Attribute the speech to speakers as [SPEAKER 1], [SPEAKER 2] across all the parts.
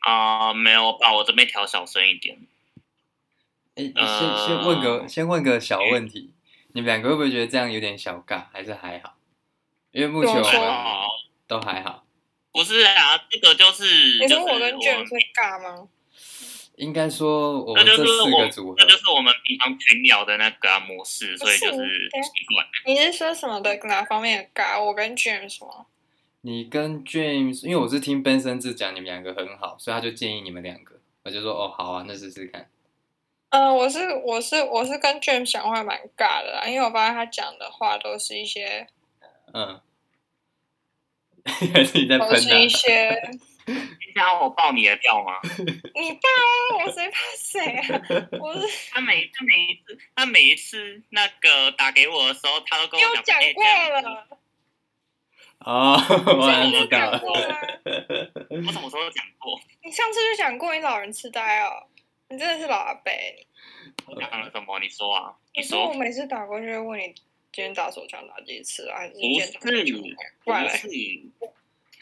[SPEAKER 1] 啊、没有把我这边调小声一点。
[SPEAKER 2] 哎，先
[SPEAKER 1] 呃
[SPEAKER 2] 先问个先问个小问题，你们两个会不会觉得这样有点小尬，还是还好？因为目前我
[SPEAKER 1] 还
[SPEAKER 3] 对
[SPEAKER 2] 们
[SPEAKER 1] 好，
[SPEAKER 2] 都还好，
[SPEAKER 1] 不是啊，这个就是
[SPEAKER 3] 你
[SPEAKER 1] 就是
[SPEAKER 3] 说我跟
[SPEAKER 1] 我
[SPEAKER 3] James
[SPEAKER 1] 们
[SPEAKER 3] 会尬吗？
[SPEAKER 2] 应该说我
[SPEAKER 1] 那就
[SPEAKER 2] 们这
[SPEAKER 1] 是
[SPEAKER 2] 四个
[SPEAKER 1] 我
[SPEAKER 2] 组合
[SPEAKER 1] 这，就是我们平常群聊的那个啊、模式，所以就
[SPEAKER 3] 不
[SPEAKER 1] 是
[SPEAKER 3] 是对
[SPEAKER 1] 习惯。
[SPEAKER 3] 你是说什么的哪方面的尬？我跟 James 吗？
[SPEAKER 2] 你跟 James，因为我是听 Benson 志讲你们两个很好，所以他就建议你们两个，我就说哦好啊，那试试看。
[SPEAKER 3] 嗯，我是我是我是跟 James 讲话蛮尬的啦，因为我发现他讲的话都是一些
[SPEAKER 2] 嗯， 还是你在喷
[SPEAKER 3] 都是
[SPEAKER 2] 他？
[SPEAKER 3] 一些，
[SPEAKER 1] 你想哦要我爆你的料吗？
[SPEAKER 3] 你爸啊，我谁怕谁啊？我是
[SPEAKER 1] 他每他每一次他每一次那个打给我的时候，他都跟我
[SPEAKER 3] 又
[SPEAKER 1] 讲
[SPEAKER 3] 讲
[SPEAKER 1] 哎
[SPEAKER 3] 过
[SPEAKER 1] 这样
[SPEAKER 3] 了，
[SPEAKER 2] 哦，我好像
[SPEAKER 3] 你
[SPEAKER 2] 知道
[SPEAKER 3] 都 讲过
[SPEAKER 2] 了。
[SPEAKER 3] 啦，
[SPEAKER 1] 我什么时候讲过？
[SPEAKER 3] 你上次就讲过你老人痴呆哦，你真的是老阿伯。
[SPEAKER 1] 我讲了什么？你说啊？你
[SPEAKER 3] 你说我
[SPEAKER 1] 说
[SPEAKER 3] 每次打过去会问你今天打手枪打几次啊？还是
[SPEAKER 1] 不
[SPEAKER 3] 今天打
[SPEAKER 1] 是
[SPEAKER 3] 几次？不然
[SPEAKER 1] 不
[SPEAKER 3] 嘞
[SPEAKER 1] 是。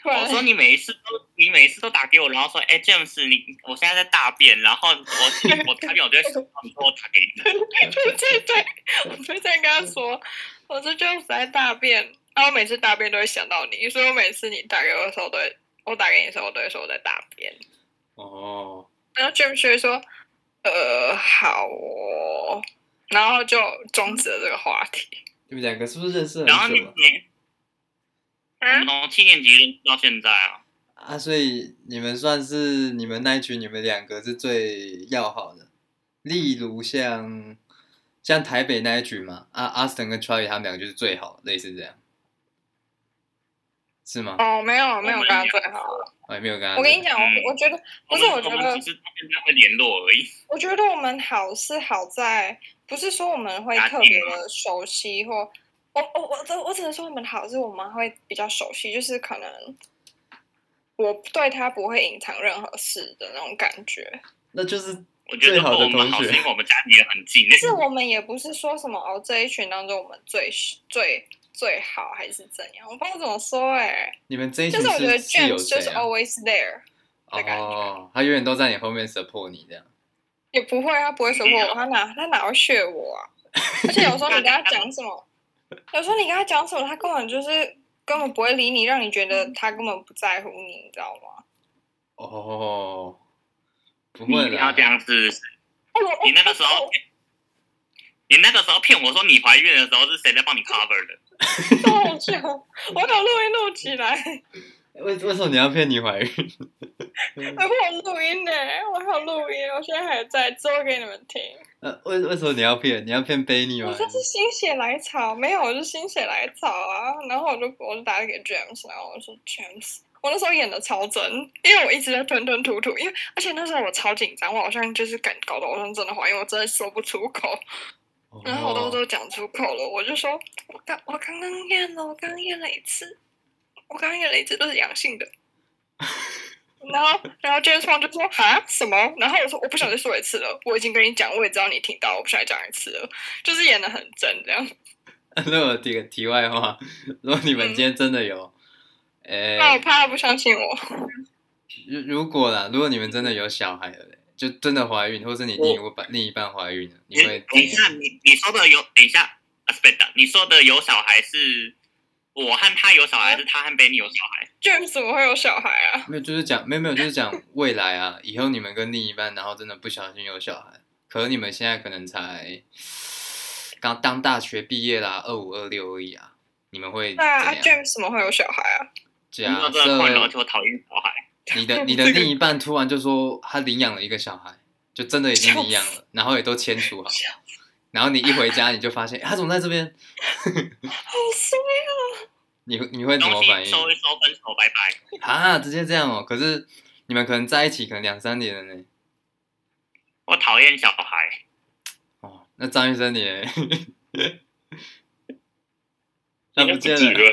[SPEAKER 3] 不然
[SPEAKER 1] 我
[SPEAKER 3] 嘞
[SPEAKER 1] 说你每一次都，你每一次都打给我，然后说，哎、j a m e s 你，我现在在大便，然后我我大便，我就会说，你说我打给你，
[SPEAKER 3] 对对对， 我就这样跟他说，我说 James 在大便，然后每次大便都会想到你，所以我每次你打给我的时候，都会我打给你的时候，我都会说我在大便，
[SPEAKER 2] 哦，
[SPEAKER 3] 然后 James 就会说，呃，好哦，然后就终止了这个话题。
[SPEAKER 2] 你们两个是不是认识很
[SPEAKER 1] 然后你
[SPEAKER 2] 久了
[SPEAKER 1] 你我
[SPEAKER 3] 啊
[SPEAKER 1] 们，从七年级认识到现在啊，
[SPEAKER 2] 啊？所以你们算是你们那一群，你们两个是最要好的。例如像像台北那一群嘛，啊，阿 Austin 跟 Charlie 他们两个就是最好，类似这样，是吗？
[SPEAKER 3] 哦，没有没有
[SPEAKER 1] 我们
[SPEAKER 3] 跟他最好，
[SPEAKER 2] 我也没有跟他。
[SPEAKER 3] 我跟你，讲，
[SPEAKER 1] 嗯
[SPEAKER 3] 我我觉得不是，
[SPEAKER 1] 我
[SPEAKER 3] 我
[SPEAKER 1] 们
[SPEAKER 3] 觉
[SPEAKER 1] 我
[SPEAKER 3] 得
[SPEAKER 1] 们只是到现在会联络而已。
[SPEAKER 3] 我觉得我们好是好在，不是说我们会
[SPEAKER 1] 打
[SPEAKER 3] 特
[SPEAKER 1] 听
[SPEAKER 3] 别的熟悉或。我我我只我只能说我们好是我们会比较熟悉，就是可能我对他不会隐藏任何事的那种感觉。
[SPEAKER 2] 那就是
[SPEAKER 1] 我觉得
[SPEAKER 2] 最好的
[SPEAKER 1] 我们好
[SPEAKER 2] 同
[SPEAKER 1] 是
[SPEAKER 2] 学
[SPEAKER 1] 因为我们家离得很近，
[SPEAKER 3] 但是
[SPEAKER 2] 嗯
[SPEAKER 3] 我们也不是说什么哦这一群当中我们最最最好还是怎样，我不知道怎么说哎、
[SPEAKER 2] 你们这一群
[SPEAKER 3] 就是我觉得
[SPEAKER 2] 是是有
[SPEAKER 3] James 就
[SPEAKER 2] 谁
[SPEAKER 3] 是
[SPEAKER 2] 啊？
[SPEAKER 3] always there，的感觉
[SPEAKER 2] 哦，他永远都在你后面 support 你这样。
[SPEAKER 3] 也不会，啊他不会说我，他哪他哪会学我啊？而且有时候你跟他讲什么，有时候你跟他讲什么，他根本就是根本不会理你，让你觉得他根本不在乎你，你知道吗？
[SPEAKER 2] 哦，不
[SPEAKER 1] 你
[SPEAKER 2] 会
[SPEAKER 1] 一定要
[SPEAKER 2] 啦
[SPEAKER 1] 这。样是不是？
[SPEAKER 3] 哎我
[SPEAKER 1] 你那个时候，你那个时候骗我说你怀孕的时候是谁在帮你 cover 的？
[SPEAKER 3] 超好笑，我有录音录起来，
[SPEAKER 2] 为为什么你要骗你怀孕？
[SPEAKER 3] 我有录音呢、我还有录音，我现在还在，之后给你们听。
[SPEAKER 2] 呃，为为什么你要骗？你要骗 Benny 吗
[SPEAKER 3] 我？就是心血来潮，没有，我就心血来潮啊。然后我就我就打给 James，然后我说 James，我那时候演的超真，因为我一直在吞吞吐吐，因为而且那时候我超紧张，我好像就是感搞得我好像真的怀孕，我真的说不出口。
[SPEAKER 2] 哦
[SPEAKER 3] 然后我都都讲出口了，我就说我刚我刚刚验了，我刚刚验了一次，我刚刚验了一次都是阳 性的。然后，然后 James Wang 就说啊什么？然后我说我不想再说一次了，我已经跟你讲，我也知道你听到，我不想再讲一次了，就是演的很真这样。
[SPEAKER 2] 那我提个题外话，如果你们
[SPEAKER 3] 嗯
[SPEAKER 2] 今天真的有，诶、
[SPEAKER 3] 那我怕他不相信我。
[SPEAKER 2] 如如果啦，如果你们真的有小孩了嘞，就真的怀孕，或是你另一半另一半怀孕了，你会
[SPEAKER 1] 等一
[SPEAKER 2] 怎
[SPEAKER 1] 下，
[SPEAKER 2] 样？
[SPEAKER 1] 你你说的有等一下 a s p e c t 你说的有小孩是我和他有小孩，还是他和 Benny 有小孩？
[SPEAKER 3] James 怎么会有小孩啊？
[SPEAKER 2] 没有，就是讲没有没有，就是讲未来啊，以后你们跟另一半，然后真的不小心有小孩，可是你们现在可能才刚当大学毕业啦，二五二六而已啊，你们会怎
[SPEAKER 3] 对啊嗯啊
[SPEAKER 2] 样？
[SPEAKER 3] ，James 怎么会有小孩啊？
[SPEAKER 1] 你说
[SPEAKER 2] 假
[SPEAKER 1] 这个困扰，而
[SPEAKER 2] 设
[SPEAKER 1] 且我讨厌小孩。
[SPEAKER 2] 你的你的另一半突然就说他领养了一个小孩，就真的已经领养了，然后也都签署好，然后你一回家你就发现、哎他怎么在这边，
[SPEAKER 3] 好 衰啊！
[SPEAKER 2] 你会你会怎
[SPEAKER 1] 东
[SPEAKER 2] 么
[SPEAKER 1] 西
[SPEAKER 2] 反应
[SPEAKER 1] 收一收，分手，拜拜。
[SPEAKER 2] 啊？直接这样哦、可是你们可能在一起可能两三年了呢。
[SPEAKER 1] 我讨厌小孩，
[SPEAKER 2] 哦，那张医生你嘞，他
[SPEAKER 4] 应
[SPEAKER 2] 不
[SPEAKER 4] 该不
[SPEAKER 2] 见
[SPEAKER 4] 至于
[SPEAKER 2] 了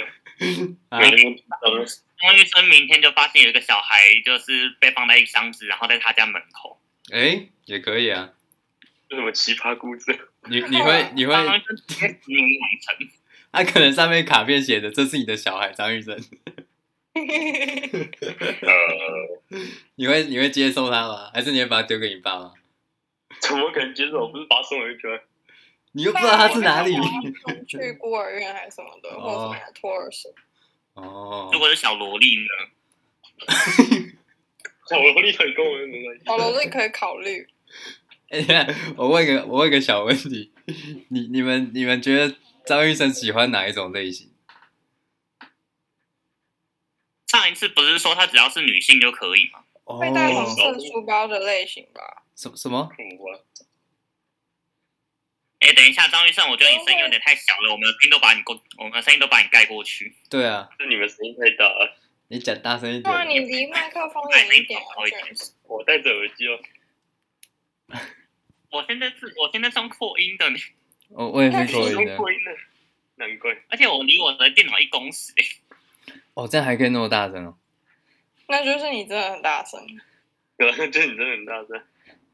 [SPEAKER 4] 吧
[SPEAKER 2] 啊？
[SPEAKER 4] 没那么呃
[SPEAKER 1] 钟医生明天就发现有一个小孩，就是被放在一个箱子，然后在他家门口。
[SPEAKER 2] 哎、也可以啊。
[SPEAKER 4] 是什么奇葩故事？
[SPEAKER 2] 你你会 你会，
[SPEAKER 1] 张医生直接十年养成，
[SPEAKER 2] 他可能上面卡片写的这是你的小孩张医生，
[SPEAKER 4] 呃，
[SPEAKER 2] 你会你会接受他吗？还是你会把他丢给你爸妈？
[SPEAKER 4] 怎么可能接受？我不是把他送回去吗？
[SPEAKER 2] 你又不知道他是哪里
[SPEAKER 3] 我那时候要送去孤儿院还是什么的，
[SPEAKER 2] 哦
[SPEAKER 3] 或者什么呀托儿所。
[SPEAKER 2] 哦
[SPEAKER 1] 如。果是小萝莉呢？
[SPEAKER 4] 小萝莉很跟我们没关系。
[SPEAKER 3] 好了，这可以考虑。
[SPEAKER 2] 哎、等一下我问一个我问一个小问题，你你们你们觉得张医生喜欢哪一种类型？
[SPEAKER 1] 上一次不是说她只要是女性就可以吗？
[SPEAKER 2] 哦
[SPEAKER 3] 会带红色书包的类型吧？
[SPEAKER 2] 什什么？
[SPEAKER 4] 苦啊！
[SPEAKER 1] 哎，等一下，张医生，我觉得你声音有点太小了，我们的音都把你过，我们的声音都把你盖过去。
[SPEAKER 2] 对啊，
[SPEAKER 4] 是你们声音太大了，
[SPEAKER 2] 你讲大声一
[SPEAKER 3] 对啊，
[SPEAKER 2] 点。
[SPEAKER 3] 你离麦克风远一点啊，
[SPEAKER 1] 好一点
[SPEAKER 3] James
[SPEAKER 4] 我戴着耳机哦。
[SPEAKER 1] 我现在是，我现在是用扩音的，
[SPEAKER 2] 我我也是口音的
[SPEAKER 4] 用。扩音的，难怪。
[SPEAKER 1] 而且我离我的电脑一公尺。哎
[SPEAKER 2] 哦，这样还可以那么大声哦。
[SPEAKER 3] 那就是你真的很大声。
[SPEAKER 4] 对啊，就是你真的很大声。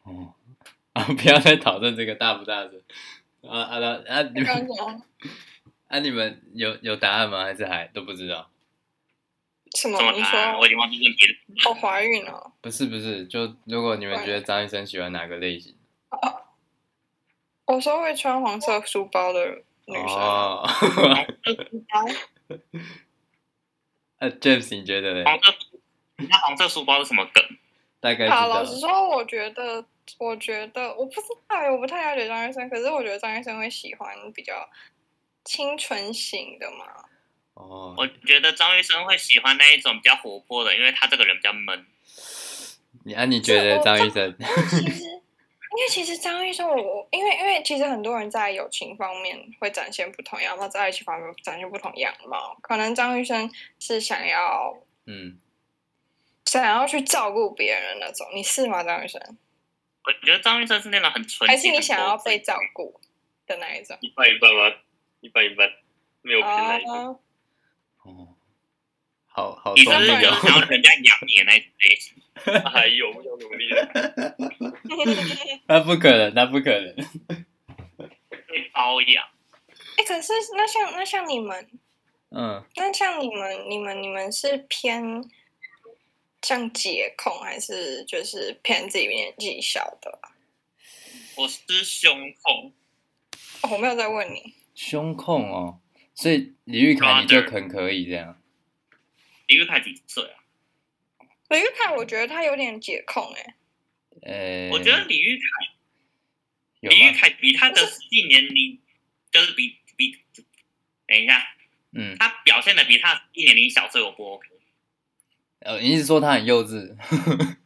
[SPEAKER 2] 哦， 啊，不要再讨论这个大不大声。啊啊那啊！你
[SPEAKER 3] 刚刚
[SPEAKER 2] 们
[SPEAKER 3] 讲
[SPEAKER 2] 啊你们有有答案吗？还是还都不知道？
[SPEAKER 3] 什
[SPEAKER 1] 怎么啊
[SPEAKER 3] 么？你
[SPEAKER 1] 答案？我
[SPEAKER 3] 说
[SPEAKER 1] 已经忘记问题了。
[SPEAKER 3] 我怀孕哦了？
[SPEAKER 2] 不是不是，就如果你们觉得张医生喜欢哪个类型？
[SPEAKER 3] 我说会穿黄色书包的女生，
[SPEAKER 2] 哦，
[SPEAKER 3] 包
[SPEAKER 2] 呃、j a m e s 你觉得嘞？
[SPEAKER 1] 黄色，那黄色书包是什么梗？
[SPEAKER 2] 大概知
[SPEAKER 3] 好，
[SPEAKER 2] 道
[SPEAKER 3] 老。实说，我觉得，我觉得，我不知道耶，我不太了解张医生，可是我觉得张医生会喜欢比较清纯型的嘛。
[SPEAKER 2] 哦，
[SPEAKER 1] 我觉得张医生会喜欢那一种比较活泼的，因为他这个人比较闷。
[SPEAKER 2] 你啊，你觉得张医生？
[SPEAKER 3] 其实，因为其实张医生我，我因为因为其实很多人在友情方面会展现不同样貌，在爱情方面展现不同样貌。可能张医生是想要
[SPEAKER 2] 嗯，
[SPEAKER 3] 想要去照顾别人那种，你是吗，张医生？
[SPEAKER 1] 我觉得张医生是那种很纯，
[SPEAKER 3] 还是你想要被照顾的那一种？
[SPEAKER 4] 一半一半吗？一半一半，没有偏哪一个。
[SPEAKER 3] 哦，
[SPEAKER 2] 哦，好好
[SPEAKER 1] 你
[SPEAKER 2] 中
[SPEAKER 1] 是不是
[SPEAKER 2] 立
[SPEAKER 1] 想
[SPEAKER 2] 哦。
[SPEAKER 1] 要人家养你的那一种类型？
[SPEAKER 4] 还有，我想努力了。
[SPEAKER 2] 那不可能，那不可能。
[SPEAKER 1] 被包养。
[SPEAKER 3] 哎、可是那像那像你们。
[SPEAKER 2] 嗯，
[SPEAKER 3] 那像你们、你们、你们是偏像解控，还是就是偏自己年纪小的啊、
[SPEAKER 1] 我是胸控，
[SPEAKER 3] 哦我没有在问你，
[SPEAKER 2] 胸控哦，所以李玉
[SPEAKER 1] 啊
[SPEAKER 2] 凯你就很可以这样。
[SPEAKER 1] 李玉凯几岁啊？
[SPEAKER 3] 雷玉凯，我觉得他有点解控哎、
[SPEAKER 2] 呃，
[SPEAKER 1] 我觉得李玉凯，
[SPEAKER 2] 有
[SPEAKER 1] 李玉
[SPEAKER 2] 吗？
[SPEAKER 1] 凯比他的实际年龄，就是比比，等一下，
[SPEAKER 2] 嗯，
[SPEAKER 1] 他表现的比他的实际年龄小，所以我不 OK。
[SPEAKER 2] 呃，你一直说他很幼稚，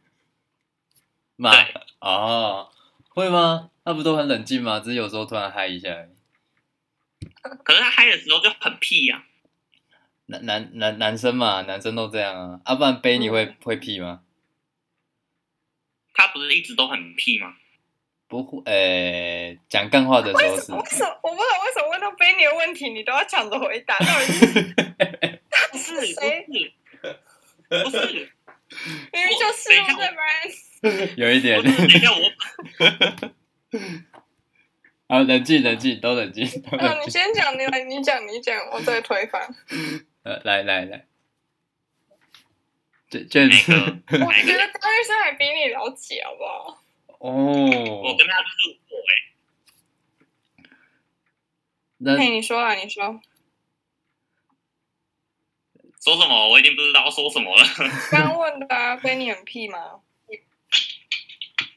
[SPEAKER 2] 吗？
[SPEAKER 1] 对
[SPEAKER 2] 哦，会吗？他不都很冷静吗？只是有时候突然嗨一下而已。
[SPEAKER 1] 可是他嗨的时候就很屁啊呀、
[SPEAKER 2] 男男男男生嘛，男生都这样啊。啊，不然背你
[SPEAKER 3] 嗯
[SPEAKER 2] 会会屁吗？
[SPEAKER 1] 他不是一直都很屁吗？
[SPEAKER 2] 不会，呃，讲干话的时候是
[SPEAKER 3] 为什么我不知道为什么问到 Benny 的问题，你都要抢着回答？到底是
[SPEAKER 1] 不是，不
[SPEAKER 3] 谁
[SPEAKER 1] 是，不是，
[SPEAKER 3] 明明就是
[SPEAKER 1] 等一
[SPEAKER 3] 对
[SPEAKER 1] 下
[SPEAKER 3] 不对？
[SPEAKER 2] 有一点
[SPEAKER 1] 不。是，等一下我
[SPEAKER 2] 好，冷静冷静，都冷静， 都
[SPEAKER 3] 嗯，
[SPEAKER 2] 冷
[SPEAKER 3] 你
[SPEAKER 2] 静。
[SPEAKER 3] 先讲，你来，你讲，你讲，我再推翻。
[SPEAKER 2] 呃，来来来，这
[SPEAKER 1] 哪
[SPEAKER 2] 这
[SPEAKER 1] 个？
[SPEAKER 3] 我觉得张医生还比你了解，好不好？
[SPEAKER 1] 我
[SPEAKER 2] 哦，
[SPEAKER 1] 跟他录过哎、
[SPEAKER 2] 那
[SPEAKER 3] 嘿，你说啊，你说，
[SPEAKER 1] 说什么我已经不知道说什么了。
[SPEAKER 3] 刚问的啊，Benny 很屁吗？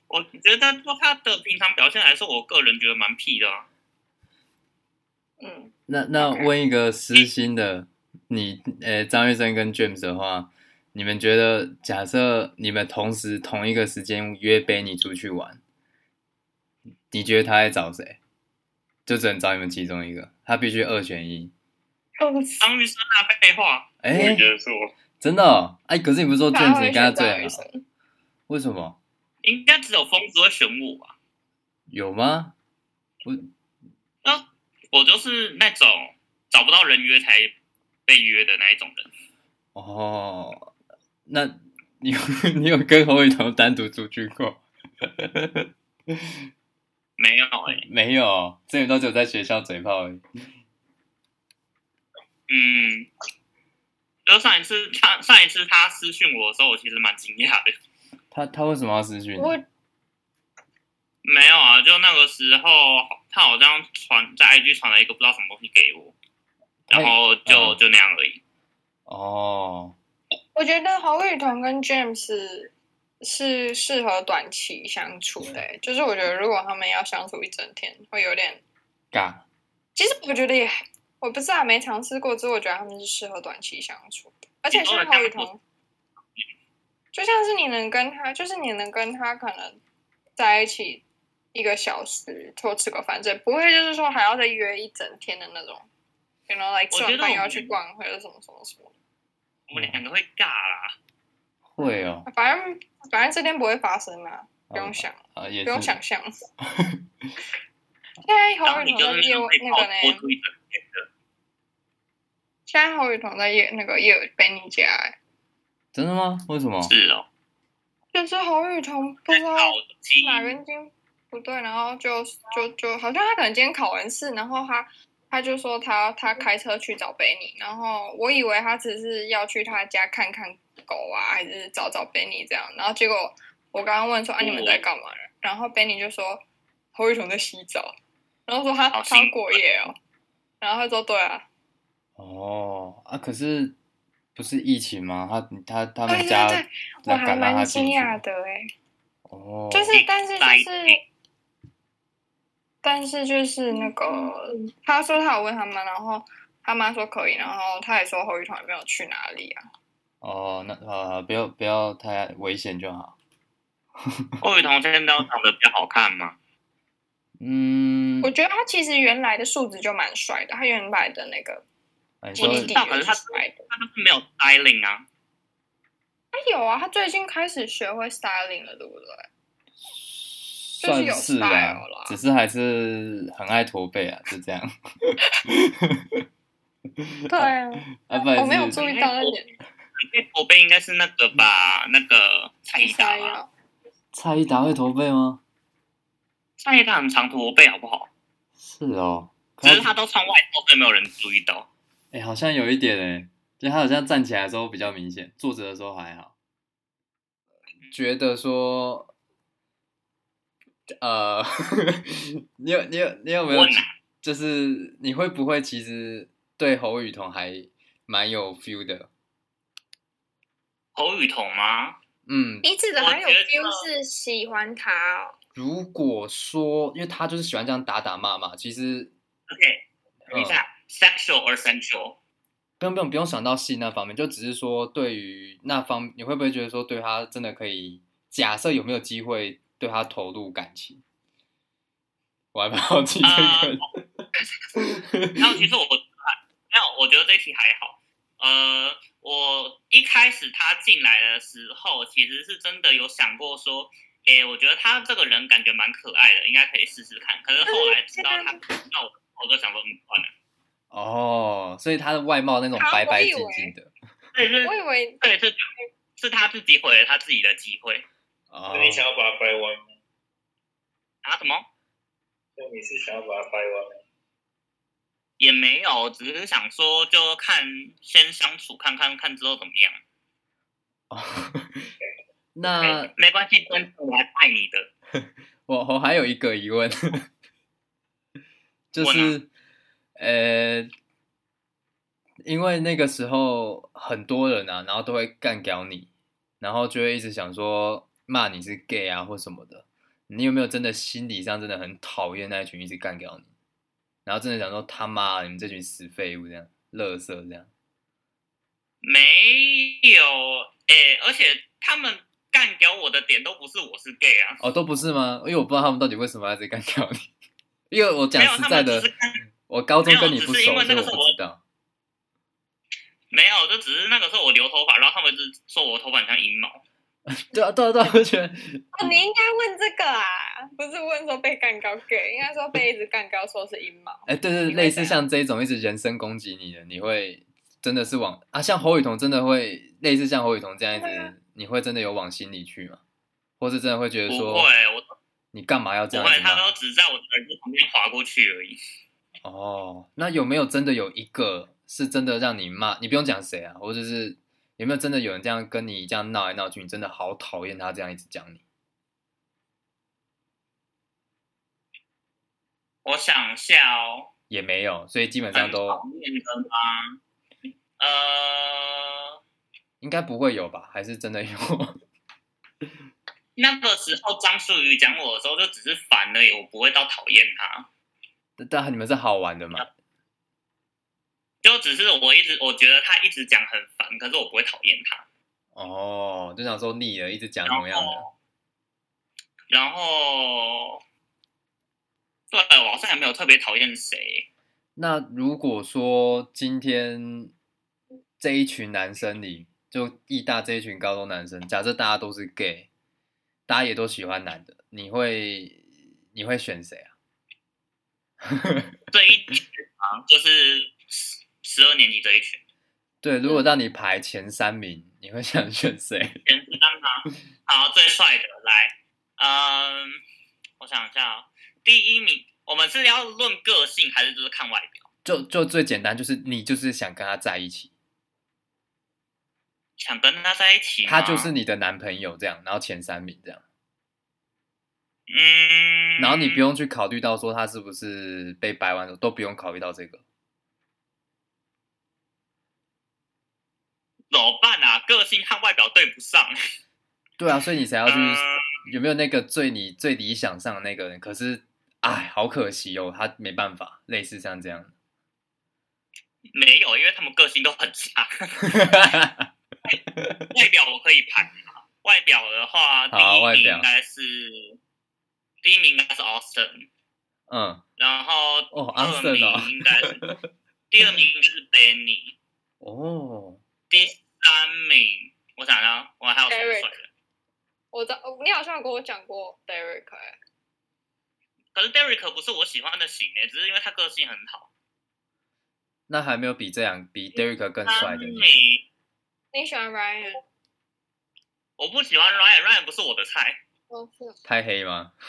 [SPEAKER 1] 我觉得就他的平常表现来说，我个人觉得蛮屁的、啊。
[SPEAKER 3] 嗯，
[SPEAKER 2] 那那
[SPEAKER 3] OK
[SPEAKER 2] 问一个私心的，你呃张玉生跟 James 的话，你们觉得假设你们同时同一个时间约 Benny 出去玩，你觉得他会找谁？就只能找你们其中一个，他必须二选一。
[SPEAKER 1] 张玉生啊，废话，
[SPEAKER 2] 哎、
[SPEAKER 4] 我也觉得是我。
[SPEAKER 2] 真的、哦？哎、可是你不是说
[SPEAKER 3] 他
[SPEAKER 2] James 你
[SPEAKER 3] 会
[SPEAKER 2] 跟他
[SPEAKER 3] 选
[SPEAKER 2] 最
[SPEAKER 3] 张医
[SPEAKER 2] 好？
[SPEAKER 3] 生。
[SPEAKER 2] 为什么？
[SPEAKER 1] 应该只有疯子会选我吧？
[SPEAKER 2] 有吗？
[SPEAKER 1] 那我就是那种找不到人约才被约的那一种人。
[SPEAKER 2] 哦，那你有 你有跟侯雨桐单独出去过？
[SPEAKER 1] 没有哎、
[SPEAKER 2] 没有，这里都只有在学校嘴炮而已。
[SPEAKER 1] 嗯，就是上一次他上一次他私讯我的时候，我其实蛮惊讶的。
[SPEAKER 2] 他他为什么要私讯你？
[SPEAKER 3] 我
[SPEAKER 1] 没有啊，就那个时候他好像传在 IG 传了一个不知道什么东西给我，然后就、
[SPEAKER 2] 嗯
[SPEAKER 1] 就那样而已。
[SPEAKER 2] 哦，
[SPEAKER 3] 我觉得侯雨桐跟 James 是适合短期相处的、欸就是我觉得如果他们要相处一整天，会有点。
[SPEAKER 2] 尬，
[SPEAKER 3] 其实我觉得也，我不知道没尝试过，只是我觉得他们是适合短期相处的，而且像侯雨桐，就像是你能跟他，就是你能跟他可能在一起一个小时，多吃个饭，这不会就是说还要再约一整天的那种。然后来吃
[SPEAKER 1] 我觉
[SPEAKER 3] 完
[SPEAKER 1] 得
[SPEAKER 3] 饭
[SPEAKER 1] 我
[SPEAKER 3] 又要去逛，或者什么什么什么
[SPEAKER 1] 我们两个会尬啦，
[SPEAKER 2] 会哦，
[SPEAKER 3] 的，反正反正这天不会发生啊，不
[SPEAKER 2] 哦
[SPEAKER 3] 用想。
[SPEAKER 2] 啊，也
[SPEAKER 3] 不用
[SPEAKER 2] 是
[SPEAKER 3] 想象。现在
[SPEAKER 1] 然
[SPEAKER 3] 侯
[SPEAKER 1] 后
[SPEAKER 3] 雨
[SPEAKER 1] 你
[SPEAKER 3] 桐
[SPEAKER 1] 就
[SPEAKER 3] 在
[SPEAKER 1] 是那
[SPEAKER 3] 业
[SPEAKER 1] 种
[SPEAKER 3] 务
[SPEAKER 1] 被
[SPEAKER 3] 那
[SPEAKER 1] 抛脱
[SPEAKER 3] 个呢？
[SPEAKER 1] 出一整天的。
[SPEAKER 3] 现在侯雨桐在业那个业务被你家、欸，
[SPEAKER 2] 真的吗？为什么？
[SPEAKER 1] 是哦，
[SPEAKER 3] 就是侯雨桐不知道
[SPEAKER 1] 好基
[SPEAKER 3] 哪
[SPEAKER 1] 因
[SPEAKER 3] 根筋不对，然后就就就好像他可能今天考完试，然后他他就说他他开车去找贝尼，然后我以为他只是要去他家看看狗啊，还是找找贝尼这样，然后结果我刚刚问说啊你们在干嘛呢？然后贝尼就说侯雨桐在洗澡，然后说他
[SPEAKER 1] 好
[SPEAKER 3] 他
[SPEAKER 1] 辛
[SPEAKER 3] 要
[SPEAKER 1] 苦
[SPEAKER 3] 过夜哦，然后他说对啊，
[SPEAKER 2] 哦啊，可是不是疫情吗？他他他
[SPEAKER 3] 对
[SPEAKER 2] 们
[SPEAKER 3] 对
[SPEAKER 2] 家
[SPEAKER 3] 对我
[SPEAKER 2] 要
[SPEAKER 3] 还
[SPEAKER 2] 敢让他
[SPEAKER 3] 蛮
[SPEAKER 2] 进
[SPEAKER 3] 惊
[SPEAKER 2] 去
[SPEAKER 3] 讶的哎、
[SPEAKER 2] 哦，
[SPEAKER 3] 就是，但是
[SPEAKER 1] 白
[SPEAKER 3] 就是，但是就是那个，他说他有问他妈，然后他妈说可以，然后他也说侯玉团没有去哪里啊。
[SPEAKER 2] 哦，那啊不要不要太危险就好。
[SPEAKER 1] 霍雨桐现在长得比较好看吗？
[SPEAKER 2] 嗯
[SPEAKER 3] 我，觉得他其实原来的数值就蛮帅的，他原来的那个
[SPEAKER 2] 啊你
[SPEAKER 3] 基
[SPEAKER 2] 说
[SPEAKER 3] 地
[SPEAKER 1] 知道可
[SPEAKER 3] 就是
[SPEAKER 1] 他
[SPEAKER 3] 帅的。
[SPEAKER 1] 他就是没有 styling 啊，
[SPEAKER 3] 他有啊，他最近开始学会 styling 了，对 不对？
[SPEAKER 2] 算
[SPEAKER 3] 有
[SPEAKER 2] 是
[SPEAKER 3] style 啦
[SPEAKER 2] 只是还是很爱驼背啊，就这样。
[SPEAKER 3] 对啊，
[SPEAKER 2] 啊，不然
[SPEAKER 3] 我没有
[SPEAKER 2] 是
[SPEAKER 3] 注意到那点
[SPEAKER 1] 因为驼背应该是那个吧，那个蔡依达
[SPEAKER 3] 塞
[SPEAKER 1] 吧，
[SPEAKER 3] 啊。
[SPEAKER 2] 蔡依达会驼背吗？
[SPEAKER 1] 蔡依达很常驼背，好不好？
[SPEAKER 2] 是哦，可
[SPEAKER 1] 只是他都穿外套，所以没有人注意到。
[SPEAKER 2] 哎、好像有一点哎、就他好像站起来的时候比较明显，坐着的时候还好。
[SPEAKER 3] 嗯
[SPEAKER 2] 觉得说，呃， 你有你有你有没有
[SPEAKER 1] 问啊，
[SPEAKER 2] 就是你会不会其实对侯雨桐还蛮有 feel 的？
[SPEAKER 1] 侯雨桐吗？
[SPEAKER 2] 嗯，
[SPEAKER 3] 你指的
[SPEAKER 1] 我
[SPEAKER 3] 还有
[SPEAKER 1] 觉得
[SPEAKER 3] feel 是喜欢他哦，
[SPEAKER 2] 如果说，因为他就是喜欢这样打打骂骂，其实
[SPEAKER 1] OK，等一下、s e x u a l or sensual？
[SPEAKER 2] 不用不用不用想到性那方面，就只是说对于那方，你会不会觉得说对他真的可以？假设有没有机会对他投入感情？我还蛮好奇这个。
[SPEAKER 1] 然后其实我没有，我觉得这题还好。呃，我一开始他进来的时候，其实是真的有想过说，诶，我觉得他这个人感觉蛮可爱的，应该可以试试看。可是后来知道他知道我，我就想说，嗯，算了。
[SPEAKER 2] 哦，所以他的外貌那种
[SPEAKER 3] 啊
[SPEAKER 2] 白白
[SPEAKER 3] 我以
[SPEAKER 2] 净
[SPEAKER 3] 为
[SPEAKER 2] 净的。
[SPEAKER 1] 对，是
[SPEAKER 3] 我，以为
[SPEAKER 1] 对，是，是他自己毁了他自己的机会。
[SPEAKER 2] 哦
[SPEAKER 4] 那，你想要把它掰弯吗？
[SPEAKER 1] 啊？什么？
[SPEAKER 4] 那你是想要把它掰弯吗？
[SPEAKER 1] 也没有，只是想说，就看先相处看看看之后怎么样。
[SPEAKER 2] 那
[SPEAKER 1] 没没关系，关注我还爱你的。
[SPEAKER 2] 我我还有一个疑问， 就
[SPEAKER 1] 问啊
[SPEAKER 2] 是呃，因为那个时候很多人啊，然后都会干掉你，然后就会一直想说骂你是 gay 啊或什么的。你有没有真的心理上真的很讨厌那一群一直干掉你，然后真的想说他妈你们这群死废物这样，垃圾这样？
[SPEAKER 1] 没有，诶、而且他们干掉我的点都不是我是 gay 啊，
[SPEAKER 2] 哦，都不是吗？因为我不知道他们到底为什么要一直干掉你。 因为我讲
[SPEAKER 1] 没有
[SPEAKER 2] 实在
[SPEAKER 1] 他
[SPEAKER 2] 的
[SPEAKER 1] 们只是干，
[SPEAKER 2] 我高中
[SPEAKER 1] 没有
[SPEAKER 2] 跟你
[SPEAKER 1] 只
[SPEAKER 2] 不
[SPEAKER 1] 是
[SPEAKER 2] 熟，所
[SPEAKER 1] 因为
[SPEAKER 2] 以我
[SPEAKER 1] 那个时候
[SPEAKER 2] 不
[SPEAKER 1] 我
[SPEAKER 2] 知道。
[SPEAKER 1] 没有，就只是那个时候我留头发，然后他们就说我头发很像阴毛，
[SPEAKER 2] 对啊，对啊，对啊，我觉得
[SPEAKER 3] 哦，你应该问这个啊，不是问说被干高给，应该说被一直干高说是阴毛。
[SPEAKER 2] 哎，对对，
[SPEAKER 3] 你会
[SPEAKER 2] 类似
[SPEAKER 3] 怎样
[SPEAKER 2] 像这种一直人身攻击你的，你会真的是往啊，像侯雨桐真的会类似像侯雨桐这样一
[SPEAKER 3] 会啊
[SPEAKER 2] 直，你会真的有往心里去吗？或是真的会觉得
[SPEAKER 1] 不
[SPEAKER 2] 说
[SPEAKER 1] 会，我
[SPEAKER 2] 你干嘛要这
[SPEAKER 1] 不
[SPEAKER 2] 样子
[SPEAKER 1] 会，他
[SPEAKER 2] 骂？
[SPEAKER 1] 都只在我的耳朵旁边划过去而已。
[SPEAKER 2] 哦，那有没有真的有一个是真的让你骂，你不用讲谁啊，或者是有没有真的有人这样跟你这样闹来闹去，你真的好讨厌他这样一直讲你。
[SPEAKER 1] 我想一下哦，
[SPEAKER 2] 也没有，所以基本上
[SPEAKER 1] 很
[SPEAKER 2] 都
[SPEAKER 1] 讨厌的吗？呃，
[SPEAKER 2] 应该不会有吧？还是真的有？
[SPEAKER 1] 那个时候张淑瑜讲我的时候，就只是烦而已，我不会到讨厌他，
[SPEAKER 2] 但但你们是好玩的嘛？
[SPEAKER 1] 就只是我一直我觉得他一直讲很烦，可是我不会讨厌他。
[SPEAKER 2] 哦，就想说腻了，一直讲
[SPEAKER 1] 然
[SPEAKER 2] 同
[SPEAKER 1] 后
[SPEAKER 2] 样的。
[SPEAKER 1] 然后，对，我好像也没有特别讨厌谁。
[SPEAKER 2] 那如果说今天这一群男生里，就义大这一群高中男生，假设大家都是 gay，大家也都喜欢男的，你会你会选谁啊？
[SPEAKER 1] 这一群啊，就是十十二年级这一群，
[SPEAKER 2] 对，
[SPEAKER 1] 嗯
[SPEAKER 2] 如果让你排前三名，你会 想选谁？
[SPEAKER 1] 前三吗？啊好，最帅的来，嗯，我想一下、哦，第一名，我们是要论个性还是就是看外表？
[SPEAKER 2] 就就最简单，就是你就是想跟他在一起，
[SPEAKER 1] 想跟他在一起吗，
[SPEAKER 2] 他就是你的男朋友这样，然后前三名这样，
[SPEAKER 1] 嗯，
[SPEAKER 2] 然后你不用去考虑到说他是不是被掰弯的，都不用考虑到这个。
[SPEAKER 1] 怎么办啊？个性和外表对不上，
[SPEAKER 2] 对啊，所以你才要去、
[SPEAKER 1] 嗯
[SPEAKER 2] 有没有那个最你最理想上的那个人？可是，哎，好可惜哦，他没办法，类似像这样。
[SPEAKER 1] 没有，因为他们个性都很差。外表我可以排吗外表的话，第
[SPEAKER 2] 好外
[SPEAKER 1] 一名
[SPEAKER 2] 表
[SPEAKER 1] 应该是第一名应该是 Austin，
[SPEAKER 2] 嗯，
[SPEAKER 1] 然后
[SPEAKER 2] 哦
[SPEAKER 1] 第二
[SPEAKER 2] ，Austin 哦
[SPEAKER 1] 名应该是、第二名应该是 Benny，
[SPEAKER 2] 哦，
[SPEAKER 1] 第三名我想想，我还有谁是
[SPEAKER 5] Eric
[SPEAKER 1] 帅的？
[SPEAKER 5] 我知道，哦你好像有跟我讲过 Derek，、欸、
[SPEAKER 1] 可是 Derek 不是我喜欢的型诶，只是因为他个性很好。
[SPEAKER 2] 那还没有比这样
[SPEAKER 1] 嗯
[SPEAKER 2] 比 Derek 更帅
[SPEAKER 1] 三
[SPEAKER 2] 的你
[SPEAKER 1] 名
[SPEAKER 5] 你喜欢 Ryan？
[SPEAKER 1] 我不喜欢 Ryan，Ryan 不是我的菜，
[SPEAKER 5] 哦，是
[SPEAKER 2] 太黑吗？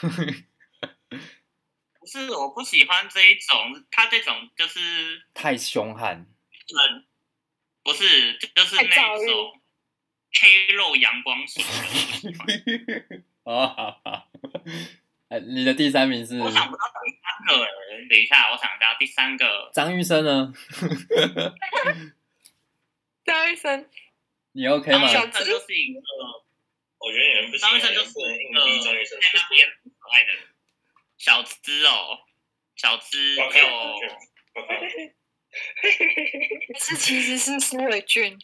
[SPEAKER 1] 不是我不喜欢这一种，他这种就是
[SPEAKER 2] 太凶悍。
[SPEAKER 1] 很不是就是
[SPEAKER 5] 太
[SPEAKER 1] 那
[SPEAKER 5] 躁郁
[SPEAKER 1] 一种黑肉阳光型的。
[SPEAKER 2] 哦，好好。 哎，你的第三名是
[SPEAKER 1] 我想不到第三个人，等一下，我想一下，第三个
[SPEAKER 2] 张玉生呢？
[SPEAKER 5] 张医生，
[SPEAKER 2] 你 OK
[SPEAKER 1] 张
[SPEAKER 2] 吗
[SPEAKER 1] 医？
[SPEAKER 5] 小
[SPEAKER 1] 生就是一个
[SPEAKER 4] 我觉得也不行啊，
[SPEAKER 1] 张医生就是呃
[SPEAKER 4] 不能硬
[SPEAKER 1] 一个
[SPEAKER 4] 逼张医生
[SPEAKER 1] 在那边很可爱的小资哦，小资就
[SPEAKER 4] 我看我看我看
[SPEAKER 5] 是其实是苏伟俊，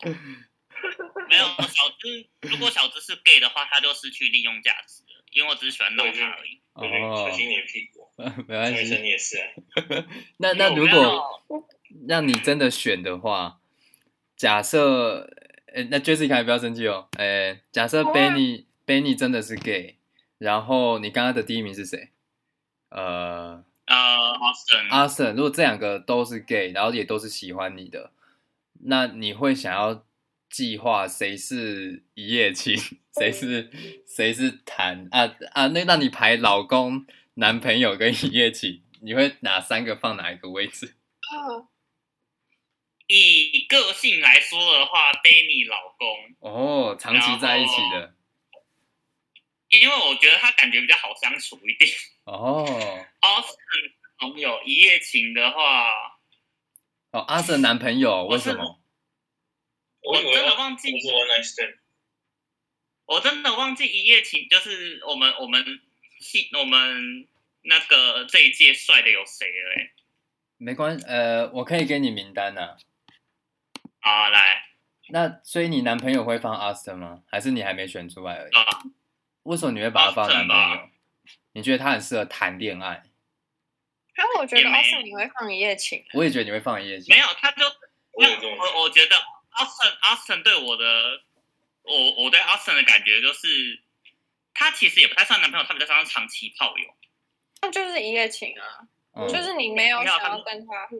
[SPEAKER 1] 没有小资。如果小资是 gay 的话，他就失去利用价值了，因为我只是喜欢闹他而已。
[SPEAKER 4] 我觉得
[SPEAKER 2] 哦
[SPEAKER 4] 小，心你的屁股，
[SPEAKER 2] 没关
[SPEAKER 4] 张医生
[SPEAKER 2] 系。
[SPEAKER 4] 你也是啊，
[SPEAKER 2] 那那如
[SPEAKER 1] 没有
[SPEAKER 2] 果让你真的选的话，假设，呃、那 Jessica 也不要生气哦。哎、假设
[SPEAKER 5] 不会啊
[SPEAKER 2] Benny、Benny 真的是 gay，然后你刚刚的第一名是谁？呃
[SPEAKER 1] 呃，Austin，
[SPEAKER 2] ，Austin，如果这两个都是 gay，然后也都是喜欢你的，那你会想要计划谁是一夜情， 谁是谁是谈啊啊？那让你排老公、男朋友跟一夜情，你会哪三个放哪一个位置？
[SPEAKER 5] 啊，
[SPEAKER 1] 以个性来说的话，Benny 老公，
[SPEAKER 2] 哦，长期在一起
[SPEAKER 1] 然
[SPEAKER 2] 的。
[SPEAKER 1] 因为我觉得他感觉比较好相处一点。
[SPEAKER 2] 哦
[SPEAKER 1] Austin 朋友一夜情的话，
[SPEAKER 2] 哦，阿瑟男朋友为
[SPEAKER 1] 哦我是
[SPEAKER 2] 什么？
[SPEAKER 1] 我
[SPEAKER 4] 以为
[SPEAKER 1] 真的
[SPEAKER 4] 我
[SPEAKER 1] 忘记
[SPEAKER 4] 我是 one night stand，
[SPEAKER 1] 我真的忘记一夜情，就是我们我们系我们那个这一届帅的有谁了、欸？
[SPEAKER 2] 没关呃，我可以给你名单呐、
[SPEAKER 1] 好，来，
[SPEAKER 2] 那所以你男朋友会放阿瑟吗？还是你还没选出来而已？
[SPEAKER 1] 啊，
[SPEAKER 2] 为什么你会把他放男
[SPEAKER 1] 阿
[SPEAKER 2] 朋
[SPEAKER 1] 瑟
[SPEAKER 2] 友？你觉得他很适合谈恋爱？
[SPEAKER 5] 然后我觉得
[SPEAKER 1] 也没
[SPEAKER 5] Austin 你会放一夜情，啊
[SPEAKER 2] 我也觉得你会放一夜情
[SPEAKER 1] 没。有，他就
[SPEAKER 4] 我有这种
[SPEAKER 1] 我我觉得 Austin Austin 对我的，我我对 Austin 的感觉就是，他其实也不太算男朋友，他比较像长期炮友，
[SPEAKER 5] 那就是一夜情啊，
[SPEAKER 2] 嗯
[SPEAKER 5] 就是你没有
[SPEAKER 1] 没有
[SPEAKER 5] 想
[SPEAKER 1] 他
[SPEAKER 5] 要
[SPEAKER 1] 们
[SPEAKER 5] 跟他，
[SPEAKER 1] 就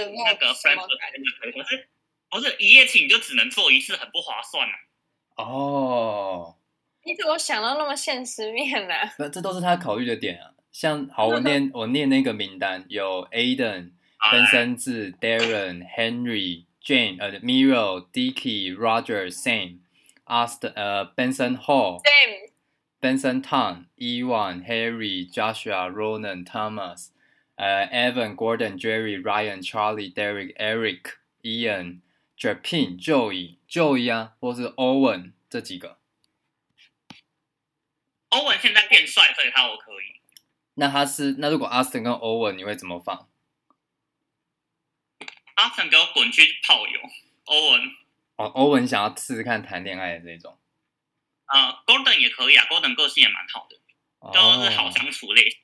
[SPEAKER 1] 是那个
[SPEAKER 5] 什
[SPEAKER 1] friend
[SPEAKER 5] 么
[SPEAKER 1] of
[SPEAKER 5] 感
[SPEAKER 1] friend 可是不是一夜情就只能做一次，很不划算啊。
[SPEAKER 2] 哦，
[SPEAKER 5] 你怎么想到那么现实面呢、
[SPEAKER 2] 那这都是他考虑的点啊。像好，我念我念那个名单，有 Aiden、
[SPEAKER 1] 好
[SPEAKER 2] 分
[SPEAKER 1] 来
[SPEAKER 2] 身字 Darren、Henry、Jane、呃 Miro、Dicky、Roger、Sam、Austin、呃 Benson Hall、
[SPEAKER 5] Sam
[SPEAKER 2] Benson Tan、Ewan、Harry、Joshua、Ronan、Thomas、呃 Evan、Gordon、Jerry、Ryan、Charlie、Derek、Eric、Ian、Japin、Joey、Joey 啊，或是 Owen 这几个。
[SPEAKER 1] 欧文现在变帅，所以他我可以。
[SPEAKER 2] 那他是那如果 Austin 跟 Owen 你会怎么放？
[SPEAKER 1] 阿成给我滚去泡友，欧文
[SPEAKER 2] 哦，欧文想要试试看谈恋爱的这种，
[SPEAKER 1] 啊、g o r d o n 也可以啊，Gordon 个性也蛮好的，都是好
[SPEAKER 2] 哦
[SPEAKER 1] 相处类型。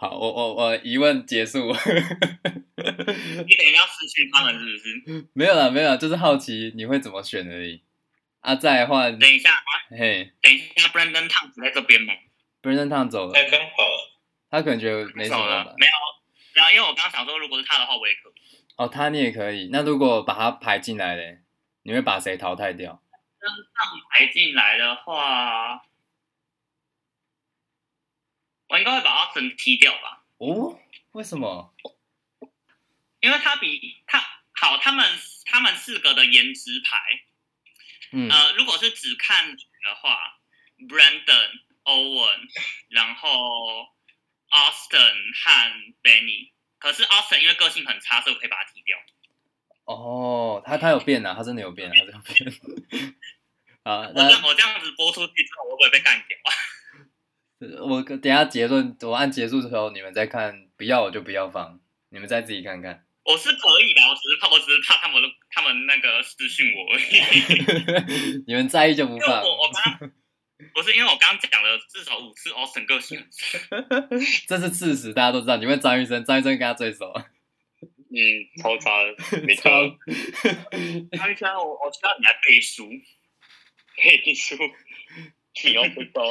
[SPEAKER 2] 好，我我我疑问结束。 哦
[SPEAKER 1] 你等一下要私讯他们是不是？
[SPEAKER 2] 没有啦，没有啦，就是好奇你会怎么选而已。啊，再来换，
[SPEAKER 1] 等一下，
[SPEAKER 2] 嘿
[SPEAKER 1] 等一下，Brandon 烫子在这边吗？
[SPEAKER 2] ，Brandon 烫走了
[SPEAKER 4] 那，刚好
[SPEAKER 2] 他可能觉得没什
[SPEAKER 1] 走
[SPEAKER 2] 么
[SPEAKER 1] 了
[SPEAKER 2] 吧，。
[SPEAKER 1] 没有，然后因为我刚刚想说，如果是他的话，我也可以。
[SPEAKER 2] 哦，他你也可以。那如果把他排进来嘞，你会把谁淘汰掉？
[SPEAKER 1] 排进来的话，我应该会把阿成踢掉吧。
[SPEAKER 2] 哦，为什么？
[SPEAKER 1] 因为他比他好，他们他们四个的颜值牌，
[SPEAKER 2] 嗯，
[SPEAKER 1] 呃，如果是只看的话，Brandon、Owen，然后 Austin 和 Benny。可是 Austin 因为个性很差，所以我可以把他踢掉。
[SPEAKER 2] 哦，他他有变啊，他真的有变啊，他真的有变。 好，啊
[SPEAKER 1] 我
[SPEAKER 2] 那
[SPEAKER 1] 这样我这样子播出去之后，我会不会被干掉？
[SPEAKER 2] 我等一下结论，我按结束之后你们再看，不要我就不要放，你们再自己看看。
[SPEAKER 1] 我是可以的，我只是怕，我只是怕他们他们那个私讯我而 已。因
[SPEAKER 2] 你们在意就不
[SPEAKER 1] 为
[SPEAKER 2] 放，
[SPEAKER 1] 我我刚刚 不是因为我刚刚讲了至少五次 Austin 个性很差。
[SPEAKER 2] 这是事实，大家都知道。你问张医生，张医生跟他最熟，
[SPEAKER 4] 嗯，超差 的，没错，
[SPEAKER 2] 超
[SPEAKER 1] 他 就说我我知道你在背书。
[SPEAKER 4] 可以输，你要知道，